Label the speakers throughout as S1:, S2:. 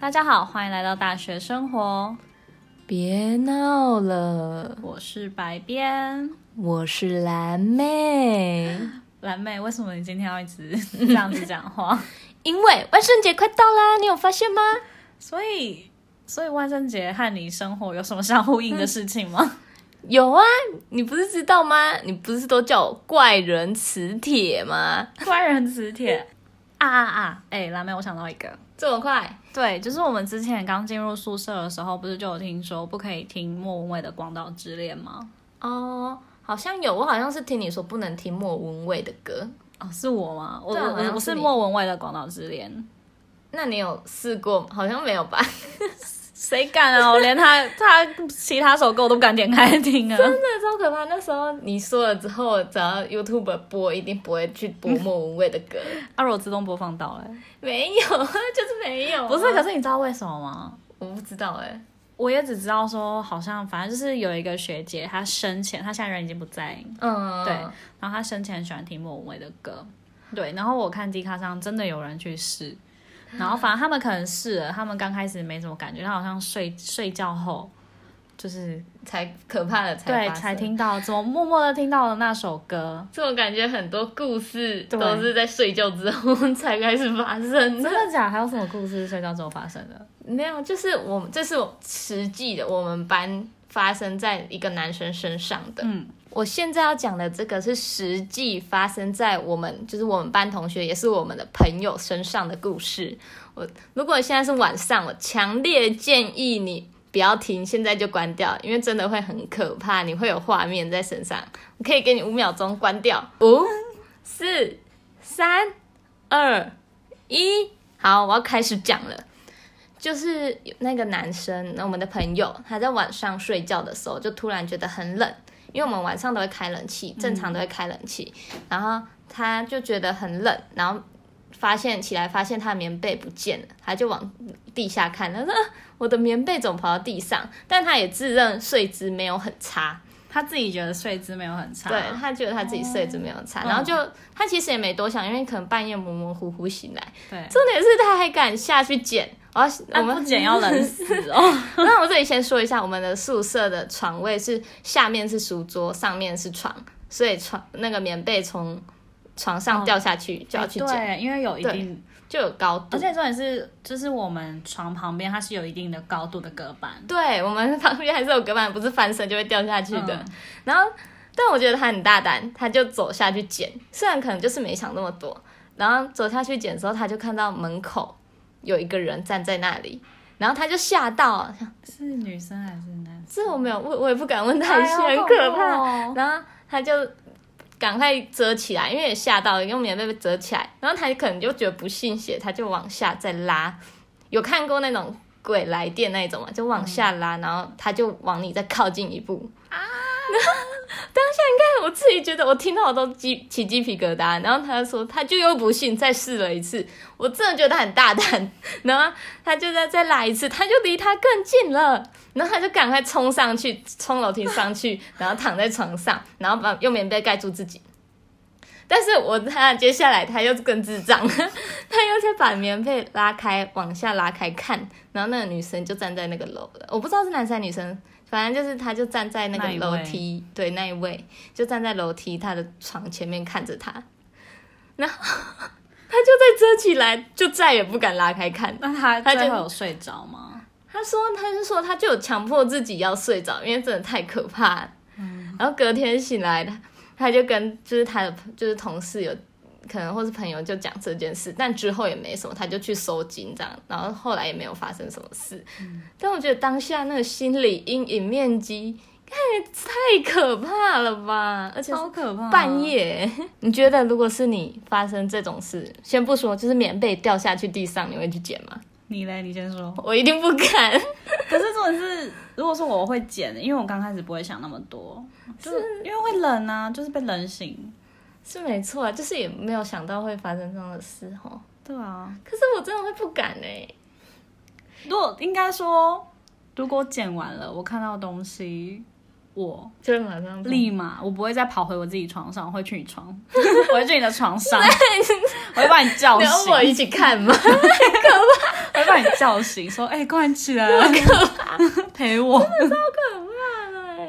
S1: 大家好，欢迎来到大学生活，
S2: 别闹了，
S1: 我是白边
S2: 我是蓝妹。
S1: 蓝妹。为什么你今天要一直这样子讲 话？
S2: 因为万圣节快到啦，你有发现吗？
S1: 所以，所以万圣节和你生活有什么相呼应的事情 吗？
S2: 有啊，你不是知道吗？你不是都叫我怪人磁铁吗？
S1: 官人磁铁啊啊啊！哎、蓝妹，我想到一个，
S2: 这么快？
S1: 对，就是我们之前刚进入宿舍的时候，不是就有听说不可以听莫文蔚的《广岛之恋》吗？
S2: 哦，好像有，我好像是听你说不能听莫文蔚的歌。
S1: 哦，是我吗？我
S2: 对啊好
S1: 我
S2: 像
S1: 我
S2: 是
S1: 是
S2: 你
S1: 莫文蔚的《广岛之恋》。
S2: 那你有试过吗？好像没有吧？
S1: 谁敢啊！我连他他其他首歌我都不敢点开听啊。
S2: 真的超可怕！那时候你说了之后，只要 YouTube 播，一定不会去播莫文蔚的歌。
S1: 阿柔自动播放到哎、
S2: 没有啊，就是没有啊、
S1: 不是，可是你知道为什么吗？
S2: 我不知道哎、
S1: 我也只知道说，好像反正就是有一个学姐，她生前她现在人已经不在，
S2: 嗯，
S1: 对，然后她生前喜欢听莫文蔚的歌，对，然后我看 D 卡上真的有人去试，然后反正他们可能试了，他们刚开始没什么感觉，他好像睡睡觉后就是
S2: 才可怕的才
S1: 对
S2: 发生
S1: 才。听到，怎么默默的听到了那首歌，
S2: 这种感觉很多故事
S1: 对
S2: 都是在睡觉之后 才开始发生
S1: 真
S2: 的。
S1: 的假的？还有什么故事是睡觉之后发生的？
S2: 没有，就是我们这是我实际的，我们班发生在一个男生身上的。
S1: 嗯，
S2: 我现在要讲的这个是实际发生在我们，就是我们班同学，也是我们的朋友身上的故事。我如果现在是晚上，我强烈建议你不要听，现在就关掉，因为真的会很可怕，你会有画面在身上。我可以给你五秒钟关掉，五、四、三、二、一，好，我要开始讲了。就是有那个男生，那我们的朋友，他在晚上睡觉的时候，就突然觉得很冷，因为我们晚上都会开冷气，正常都会开冷气，然后他就觉得很冷，然后发现起来发现他的棉被不见了，他就往地下看，他说啊：“我的棉被怎么跑到地上？”但他也自认睡姿没有很差，
S1: 他自己觉得睡姿没有很差，
S2: 对他觉得他自己睡姿没有差，
S1: 哦
S2: 然后就他其实也没多想，因为可能半夜模模糊糊醒来，
S1: 对，
S2: 重点是他还敢下去捡。我要我
S1: 我
S2: 们
S1: 们不剪要冷死 哦。
S2: 那我这里先说一下，我们的宿舍的床位是下面是书桌，上面是床，所以床那个棉被从床上掉下去就要去捡，
S1: 哎
S2: 哦
S1: 对，因为有一定，
S2: 就有高
S1: 而
S2: 度。
S1: 且重点是，就是我们床旁边它是有一定的高度的隔板。
S2: 对我们旁边还是有隔板，不是翻身就会掉下去的。
S1: 嗯
S2: 然后，但我觉得他很大胆，他就走下去捡，虽然可能就是没想那么多。然后走下去捡的时候，他就看到门口有一个人站在那里，然后他就吓到，
S1: 是女生还是男生？
S2: 这我没有，我我也不敢问他
S1: 哎
S2: 一
S1: 呀
S2: 些，
S1: 好
S2: 很
S1: 恐
S2: 可
S1: 怖
S2: 怕。
S1: 哦
S2: 然后他就赶快遮起来，因为也吓到了，用棉被被遮起来。然后他可能就觉得不信邪，他就往下再拉。有看过那种鬼来电那一种嘛？就往下拉，然后他就往你再靠近一步啊！ 当下应该我自己觉得，我听到我都鸡起鸡皮疙瘩。然后他就说，他就又不信，再试了一次。我真的觉得他很大胆。然后他就再再拉一次，他就离他更近了。然后他就赶快冲上去，冲楼梯上去，然后躺在床上，然后把用棉被盖住自己。但是我他接下来他又更智障，他又再把棉被拉开，往下拉开看，然后那个女生就站在那个楼，我不知道是男生还是女生，反正就是他就站在那
S1: 那
S2: 个
S1: 一位
S2: 楼梯，对那一位就站在楼梯他的床前面看着他，然后他就再遮起来，就再也不敢拉开看。
S1: 那他
S2: 他就
S1: 最后有睡着吗？
S2: 他说，他是说他就有强迫自己要睡着，因为真的太可怕了。然后隔天醒来，他他就跟就是他的就是同事有可能或是朋友就讲这件事，但之后也没什么，他就去收金这样，然后后来也没有发生什么事。但我觉得当下那个心理阴影面积，看太可怕了吧，而且是
S1: 超可怕！哦
S2: 半，夜，你觉得如果是你发生这种事，先不说就是棉被掉下去地上，你会去捡吗？
S1: 你嘞？你先说。
S2: 我一定不敢。
S1: 可是重点是，如果说我会剪，因为我刚开始不会想那么多，就是因为会冷啊，就是被冷醒。
S2: 是没错啊，就是也没有想到会发生这样的事哦。
S1: 对啊，
S2: 可是我真的会不敢哎、
S1: 如果应该说，如果剪完了，我看到东西，我
S2: 就是马上
S1: 立马，我不会再跑回我自己床上，我会去你床， 我会去你的床上，我会把你叫
S2: 你
S1: 醒，
S2: 要我一起看吗？
S1: 我会把你叫醒，说：“哎、快起来， 陪我。”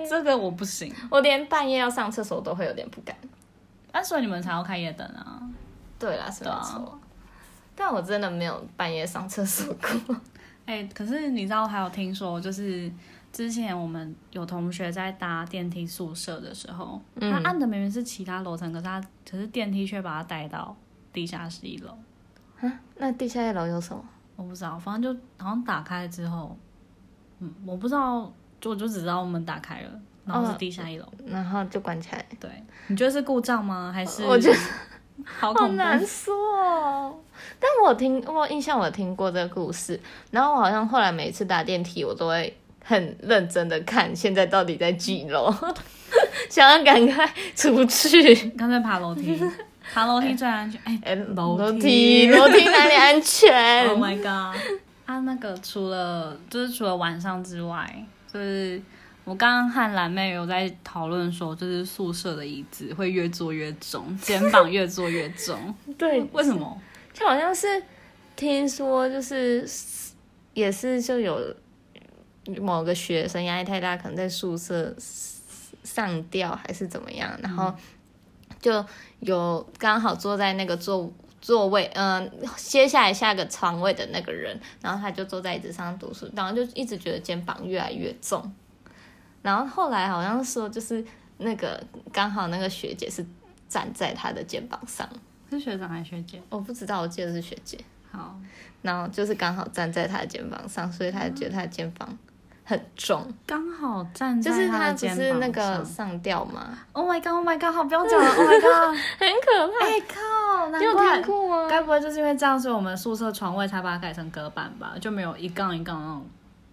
S1: 这个我不行。
S2: 我连半夜要上厕所都会有点不敢。
S1: 那所以你们才要开夜灯啊？
S2: 对啦，是没
S1: 对啊
S2: 错。但我真的没有半夜上厕所过。
S1: 哎、可是你知道，还有听说，就是之前我们有同学在搭电梯宿舍的时候，他按的明明是其他楼层，可是他可是电梯却把他带到地下室一楼。
S2: 啊，那地下一楼有什么？
S1: 我不知道，反正就好像打开之后，嗯，我不知道，就我就只知道我们打开了，然
S2: 嗯
S1: 后是地下一楼。
S2: 然后就关起来，
S1: 对，你觉得是故障吗？还是
S2: 我觉
S1: 得好
S2: 好
S1: 恐怖。
S2: 难说哦。但我听，我印象我听过这个故事，然后我好像后来每次搭电梯，我都会很认真的看现在到底在几楼，想要赶快出去。
S1: 干脆爬楼梯，爬楼梯最安全。哎、
S2: 哎，
S1: 楼
S2: 楼
S1: 梯
S2: 梯，楼梯哪里 安全
S1: o h 哎，Oh my god！啊，那个除了就是除了晚上之外，就是我刚刚和蓝妹有在讨论说，就是宿舍的椅子会越坐越重，肩膀越坐越重，
S2: 对，
S1: 为什么？
S2: 就好像是听说，就是也是就有某个学生压力太大，可能在宿舍上吊还是怎么样，然后就有刚好坐在那个座座位，嗯、接下来下个床位的那个人，然后他就坐在椅子上读书，然后就一直觉得肩膀越来越重，然后后来好像说就是那个刚好那个学姐是站在他的肩膀上，
S1: 是学长还是学姐？
S2: 我不知道，我记得是学姐。
S1: 好，
S2: 然后就是刚好站在他的肩膀上，所以他觉得他的肩膀很重，
S1: 刚好站在
S2: 就是
S1: 他
S2: 他
S1: 的
S2: 不
S1: 肩
S2: 是
S1: 膀
S2: 那个
S1: 上
S2: 上吊嘛，
S1: Oh my god！Oh my god！好标准啊！Oh my god！
S2: 很可怕。
S1: 哎、靠，
S2: 你有
S1: 难怪
S2: 听过吗？
S1: 该不会就是因为这样，所以我们宿舍床位才把它改成隔板吧？就没有一杠一杠那种。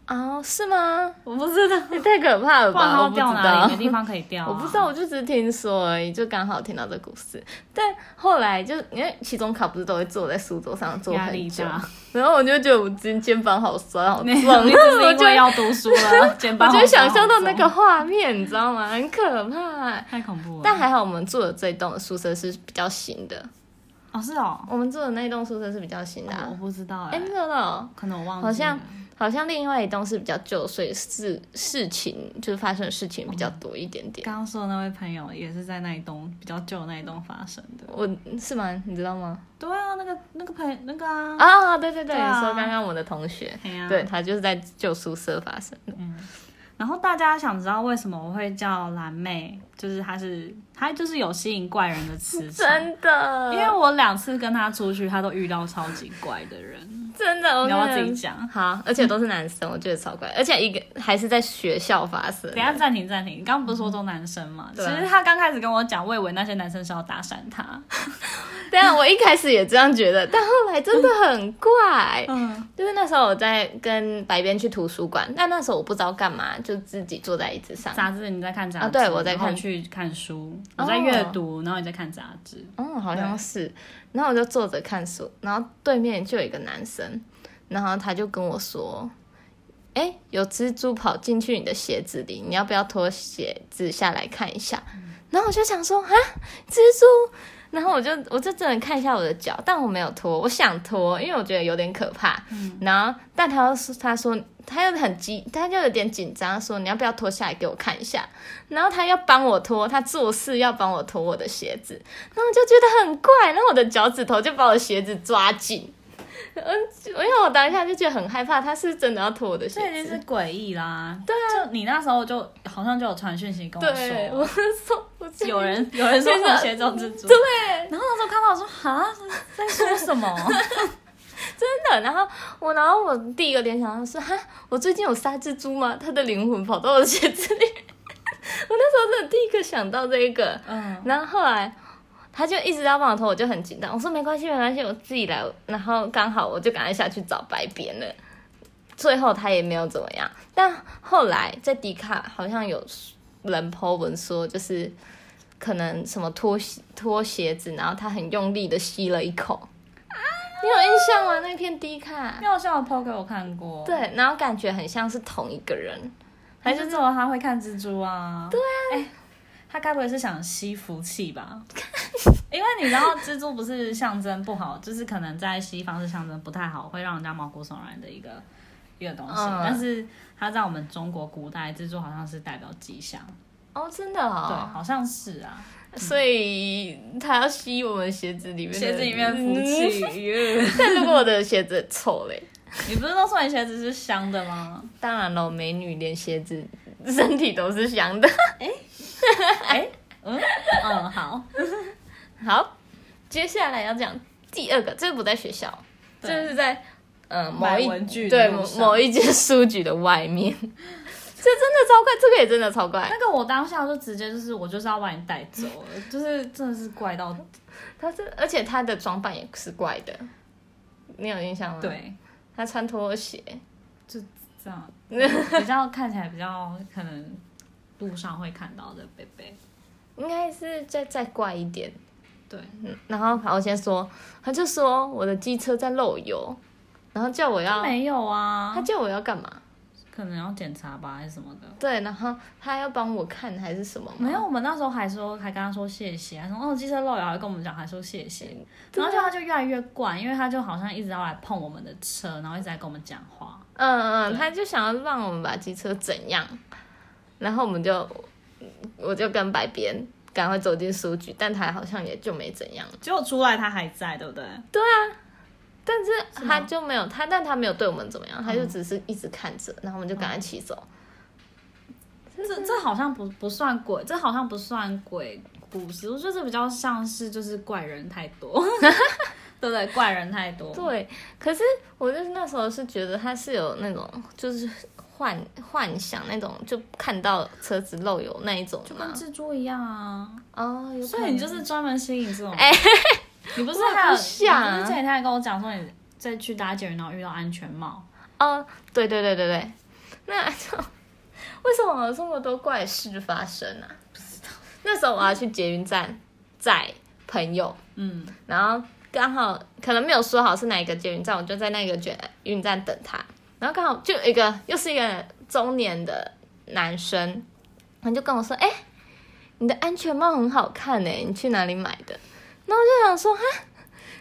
S2: 哦，是吗？
S1: 我不知道，
S2: 也太可怕了
S1: 不然它
S2: 吧！我
S1: 要
S2: 不
S1: 掉哪里？没
S2: 知
S1: 地
S2: 道，
S1: 方可以掉、
S2: 我不知道，。我就只是听说而已，就刚好听到这故事。但后来就因为期中考不是都会坐在书桌上坐
S1: 压力
S2: 很久，
S1: 大，
S2: 然后我就觉得我肩肩膀好酸好
S1: 你
S2: 重，
S1: 你只
S2: 我
S1: 是因
S2: 就
S1: 为要读书了，肩膀
S2: 我
S1: 好
S2: 就
S1: 酸。
S2: 会想象到那个
S1: 好重，
S2: 画面，你知道吗？很可怕。
S1: 太恐怖了。
S2: 但还好，我们住的这一栋的宿舍是比较新的，
S1: 哦，是哦，
S2: 我们住的那一栋宿舍是比较新的、
S1: 我我
S2: 啊。
S1: 不知道哎、
S2: 哎、真的哦，
S1: 可能我忘记了。
S2: 好像好像另外一栋是比较旧，所以事事情就是发生的事情比较多一点点。
S1: 刚刚说的那位朋友也是在那一栋比较旧的那一栋发生的。
S2: 我是吗？你知道吗？
S1: 对啊，那个那个朋友那个啊，
S2: 啊，对对
S1: 对
S2: 对，
S1: 啊
S2: 你说刚刚我的同学，
S1: 对啊
S2: 对他就是在旧宿舍发生的。
S1: 然后大家想知道为什么我会叫蓝妹，就是她是她就是有吸引怪人的磁场，
S2: 真的，
S1: 因为我两次跟她出去，她都遇到超级怪的人。
S2: 真的，我
S1: 你要不要
S2: 跟
S1: 自己讲
S2: 好，而且都是男生，我觉得超怪，而且一个还是在学校发生的。
S1: 等一下暂停暂停，你刚刚不是说都男生吗？其
S2: 对啊
S1: 实她刚开始跟我讲，我以为那些男生是要搭讪她。
S2: 对啊，我一开始也这样觉得，但后来真的很怪。
S1: 嗯，
S2: 就是那时候我在跟白边去图书馆，但那时候我不知道干嘛，就自己坐在椅子上。
S1: 杂志你在看杂志，
S2: 啊对我在
S1: 然后
S2: 看
S1: 去看书，
S2: 哦
S1: 我在阅读，然后你在看杂志。
S2: 哦，好像是。然后我就坐着看书，然后对面就有一个男生，然后他就跟我说：“哎，有蜘蛛跑进去你的鞋子里，你要不要脱鞋子下来看一下？”然后我就想说：“啊，蜘蛛！”然后我就我就真的看一下我的脚，但我没有脱，我想脱，因为我觉得有点可怕。然后，但他又说，他说他又很急，他就有点紧张，说你要不要脱下来给我看一下？然后他要帮我脱，他做事要帮我脱我的鞋子，然后我就觉得很怪，然后我的脚趾头就把我鞋子抓紧，嗯，因为我当下就觉得很害怕，他是真的要脱我的鞋
S1: 这已经
S2: 子
S1: 是。诡异啦！对啊，就你那时候就好像就有传讯息跟我
S2: 对，
S1: 说
S2: 我，是说，我 是
S1: 有人 有人说
S2: 就是
S1: 我鞋中蜘蛛，
S2: 对，
S1: 然后那时候看到我说哈，在说什 么？
S2: 真的。然后我，然后我第一个联想到是哈，我最近有杀蜘蛛吗？他的灵魂跑到我的鞋子里。 我那时候真的第一个想到这一个，
S1: 嗯，
S2: 然后后来他就一直要帮我脱，我就很紧张，我说没关系，没关系，我自己来。然后刚好我就赶快下去找白边了。最后他也没有怎么样，但后来在迪卡好像有人 po 文说，就是可能什么脱鞋脱鞋子，然后他很用力的吸了一口。你有印象吗？那篇迪卡
S1: 你？好像有 PO 给我看过，
S2: 对，然后感觉很像是同一个人，
S1: 还是只有他会看 蜘蛛啊？对啊，哎、他该不会是想吸福气吧？因为你你知道蜘蛛不是象征不好，就是可能在西方是象征不太好，会让人家毛骨悚然的一个一个东西。
S2: 嗯
S1: 但是它在我们中国古代，蜘蛛好像是代表吉祥，
S2: 哦，真的
S1: 对，
S2: 哦，
S1: 好像是啊。
S2: 所以它要吸我们鞋子里面的
S1: 鞋子里面福气。
S2: 嗯 但如果我的鞋子很臭嘞，
S1: 你不是都说你鞋子是香的吗？
S2: 当然了，美女连鞋子身体都是香的。
S1: 哎、嗯 嗯，好，
S2: 好，接下来要讲第二个，这个不在学校，这
S1: 对
S2: 是在呃某
S1: 买
S2: 一
S1: 文具的
S2: 对
S1: 路
S2: 某
S1: 上
S2: 某一间书局的 外面。这真的超怪，这个也真的超怪。
S1: 那个我当下就直接就是我就是要把你带走了，就是真的是怪到
S2: 他是，而且他的装扮也是怪的，你有印象吗？，
S1: 对，
S2: 他穿拖鞋，
S1: 这样比较看起来比较可能路上会看到的贝贝。
S2: 应该是再再怪一点。
S1: 对，
S2: 嗯，然后好，我先说，他就说我的机车在漏油，然后叫我要，
S1: 没有啊
S2: 他，叫我要干嘛？
S1: 可能要检查吧还是什么的。
S2: 对，然后他要帮我看还是什么吗？
S1: 没有，我们那时候还说，还跟他说谢谢，还说哦，机车漏油，还跟我们讲，还说谢谢。然后就他就越来越怪，因为他就好像一直要来碰我们的车，然后一直在跟我们讲话。
S2: 嗯嗯，
S1: 对
S2: 他就想要让我们把机车怎样，然后我们就，我就跟白边赶快走进书局，但他好像也就没怎样，
S1: 结果出来他还在，对不对？
S2: 但是他就没有他，但他没有对我们怎么样，他就只是一直看着，然后我们就赶快骑走。
S1: 这这好像不不算鬼，这好像不算鬼故事，我觉得这比较像是就是怪人太多， 对不对？怪人太多，
S2: 对，啊可是我就是那时候是觉得他是有那种就是幻幻想那种，就看到车子漏油那一种
S1: 就跟
S2: 嘛。
S1: 蜘蛛一样啊。
S2: 哦，有可
S1: 所
S2: 能
S1: 以你就是专门吸引这种，
S2: 哎
S1: 你不是
S2: 我也啊
S1: 还有，
S2: 不想
S1: 你不是前几天还跟我讲说你在去搭捷运然后遇到安全帽，
S2: 哦，对对对对对，那 就为什么有这么多怪事发生啊？那时候我要去捷运站载朋友，
S1: 嗯，
S2: 然后刚好可能没有说好是哪一个捷运站，我就在那个捷运站等他。然后刚好就有一个又是一个中年的男生，他就跟我说：“哎、你的安全帽很好看呢、你去哪里买的？”然后我就想说：“哈。”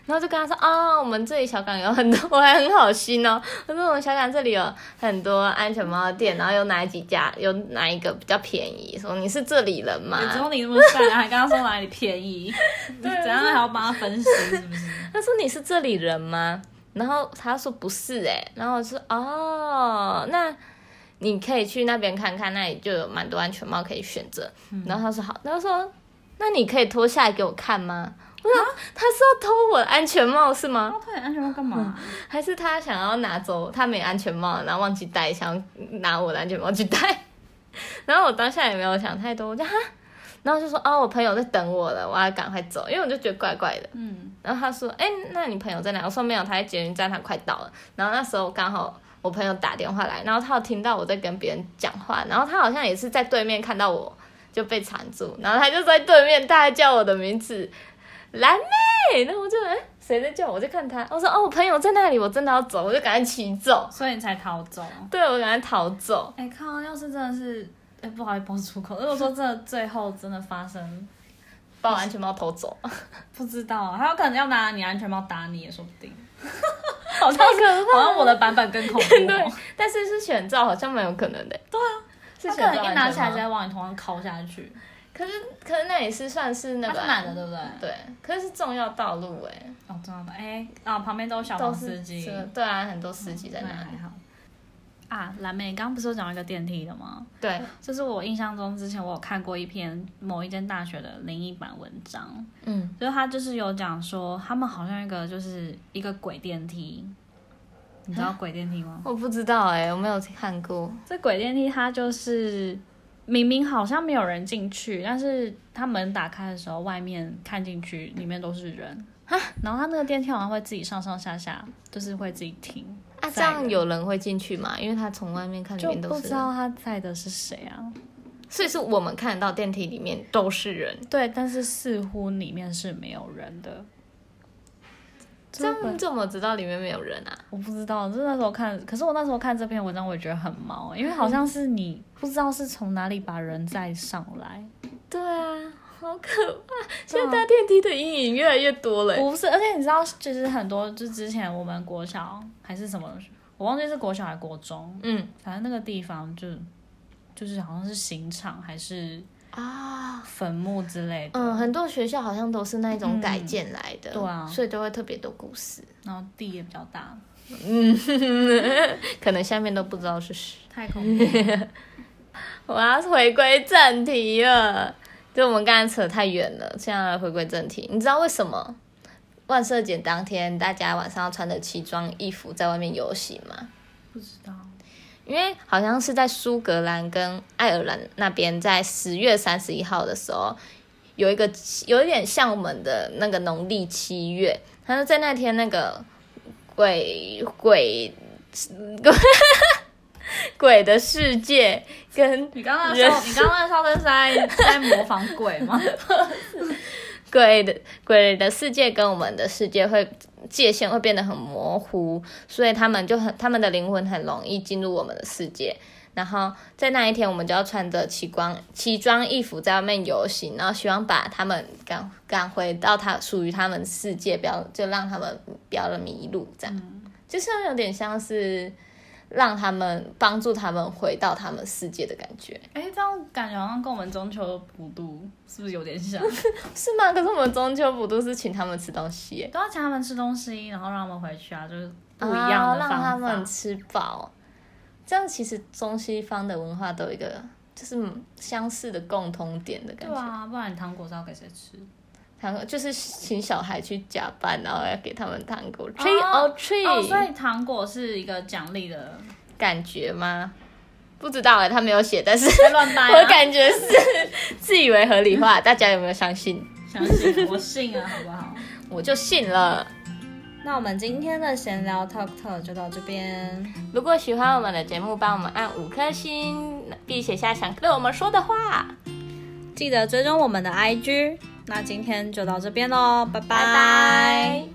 S2: 然后就跟他说：“啊、我们这里小港有很多，我还很好心哦。我说我们小港这里有很多安全帽的店，然后有哪几家，有哪一个比较便宜？说你是这里人吗？
S1: 也只有你那么善良，还跟他说哪里便宜，你 怎样还要帮他分析是不是？
S2: 他说你是这里人吗？然后他说不是哎、然后我说哦，那你可以去那边看看，那里就有蛮多安全帽可以选择。然后他说好，他说那你可以脱下来给我看吗？我说、他是要偷我的安全帽是吗？
S1: 他戴哦安全帽干嘛？
S2: 还是他想要拿走他没安全帽，然后忘记戴，想要拿我的安全帽去戴？ 然后我当下也没有想太多，我就哈，然后就说哦，我朋友在等我了，我要赶快走，因为我就觉得怪怪的。
S1: 嗯，
S2: 然后他说：“哎、那你朋友在哪？”我说：“没有，他在捷运站，他快到了。”然后那时候刚好我朋友打电话来，然后他有听到我在跟别人讲话，然后他好像也是在对面看到我就被缠住，然后他就在对面大叫我的名字，蓝妹。然后我就哎、谁在叫我？我就看他，我说：“哦，我朋友在那里，我真的要走，我就赶快骑走。
S1: 所以你才逃走。”
S2: 对，我赶快逃走。
S1: 哎、靠！要是真的是，哎、不好意思爆粗口。如果说真的最后真的发生，
S2: 把我安全帽偷 走，
S1: 不知道，啊还有可能要拿你安全帽打你也说不定。
S2: 好像可
S1: 好像我的版本更恐怖、
S2: 对
S1: 哦。，
S2: 但是是选照，好像蛮有可能的。对啊，是
S1: 他
S2: 选
S1: 可能
S2: 照
S1: 一
S2: 安
S1: 拿
S2: 全
S1: 起来
S2: 帽
S1: 直接往你头上敲下去。
S2: 可是，可是那也是算是那
S1: 他
S2: 个
S1: 是男的，对不对？
S2: 对，可是是重要道路哎、
S1: 哦，知道的。哎、啊，旁边都是小
S2: 都
S1: 黄
S2: 是
S1: 司机，嗯
S2: 这对啊，很多司机在
S1: 那
S2: 那里
S1: 还。好。啊，蓝莓，你刚刚不是有讲到一个电梯的吗？
S2: 对，
S1: 就是我印象中之前我有看过一篇某一间大学的灵异版文章，
S2: 嗯，
S1: 就是他就是有讲说他们好像一个就是一个鬼电梯，你知道鬼电梯吗？
S2: 嗯我不知道哎、我没有看过。
S1: 这鬼电梯它就是明明好像没有人进去，但是它门打开的时候，外面看进去里面都是人。然后它那个电梯好像会自己上上下下，就是会自己停，
S2: 啊，这
S1: 载人
S2: 样有人会进去吗？因为他从外面看里
S1: 就
S2: 面都
S1: 不
S2: 是
S1: 知
S2: 人，
S1: 道它载的是谁啊。
S2: 所以是我们看得到电梯里面都是人，
S1: 对，但是似乎里面是没有人的。
S2: 这样你怎么知道里面没有人啊？
S1: 我不知道，就那时候看，可是我那时候看这篇文章，我也觉得很欸毛，因为好像是你不知道是从哪里把人载上来。
S2: 对啊，好可怕！现在搭电梯的阴影越来越多了欸、
S1: 不是，而且你知道，就是很多，就之前我们国小还是什么，我忘记是国小还是国中，
S2: 嗯
S1: 反正那个地方就就是好像是刑场还是
S2: 啊，
S1: 坟墓之类的，
S2: 嗯，很多学校好像都是那种改建来的，
S1: 嗯对啊
S2: 所以都会特别多故 事，
S1: 然后地也比较大，
S2: 可能下面都不知道是谁。
S1: 太恐怖了。
S2: 我要回归正题了，就我们刚才扯太远了，现在来回归正题。你知道为什么万圣节当天大家晚上要穿着奇装异服在外面游行吗？
S1: 不知道，
S2: 因为好像是在苏格兰跟爱尔兰那边，在十月三十一号的时候，有一个有一点像我们的那个农历七月，他说在那天那个鬼鬼鬼的世界跟
S1: 你刚刚说，你刚刚那烧灯是在在模仿鬼吗？
S2: 鬼的鬼的世界跟我们的世界会界限会变得很模糊，所以他们就很他们的灵魂很容易进入我们的世界。然后在那一天，我们就要穿着奇装奇装异服在外面游行，然后希望把他们赶赶回到他属于他们世界，不要就让他们不要迷路，这样、就是有点像是让他们帮助他们回到他们世界的感觉，
S1: 哎、这样感觉好像跟我们中秋的普渡是不是有点像？
S2: 是吗？可是我们中秋不都是请他们吃东西耶？
S1: 都要请他们吃东西，然后让他们回去啊，就是不一样的
S2: 啊
S1: 方法。
S2: 让他们吃饱。这样其实中西方的文化都有一个就是相似的共通点的感
S1: 对
S2: 觉。
S1: 啊，不然你糖果是要给谁吃？
S2: 糖果就是请小孩去假扮，然后要给他们糖果
S1: 哦
S2: treat or
S1: 哦，所
S2: treat，、
S1: 以糖果是一个奖励的，
S2: 感觉吗？不知道哎、他没有 写，但是
S1: 在乱掰、啊。
S2: 我感觉是自以为合理化，大家有没有相信？
S1: 相信我信啊，好不好？
S2: 我就信了。
S1: 那我们今天的闲聊 talk talk 就到这边，
S2: 如果喜欢我们的节目，帮我们按五颗星，并写下想对我们说的话。
S1: 记得追踪我们的 IG。那今天就到这边喽，拜拜
S2: 拜拜。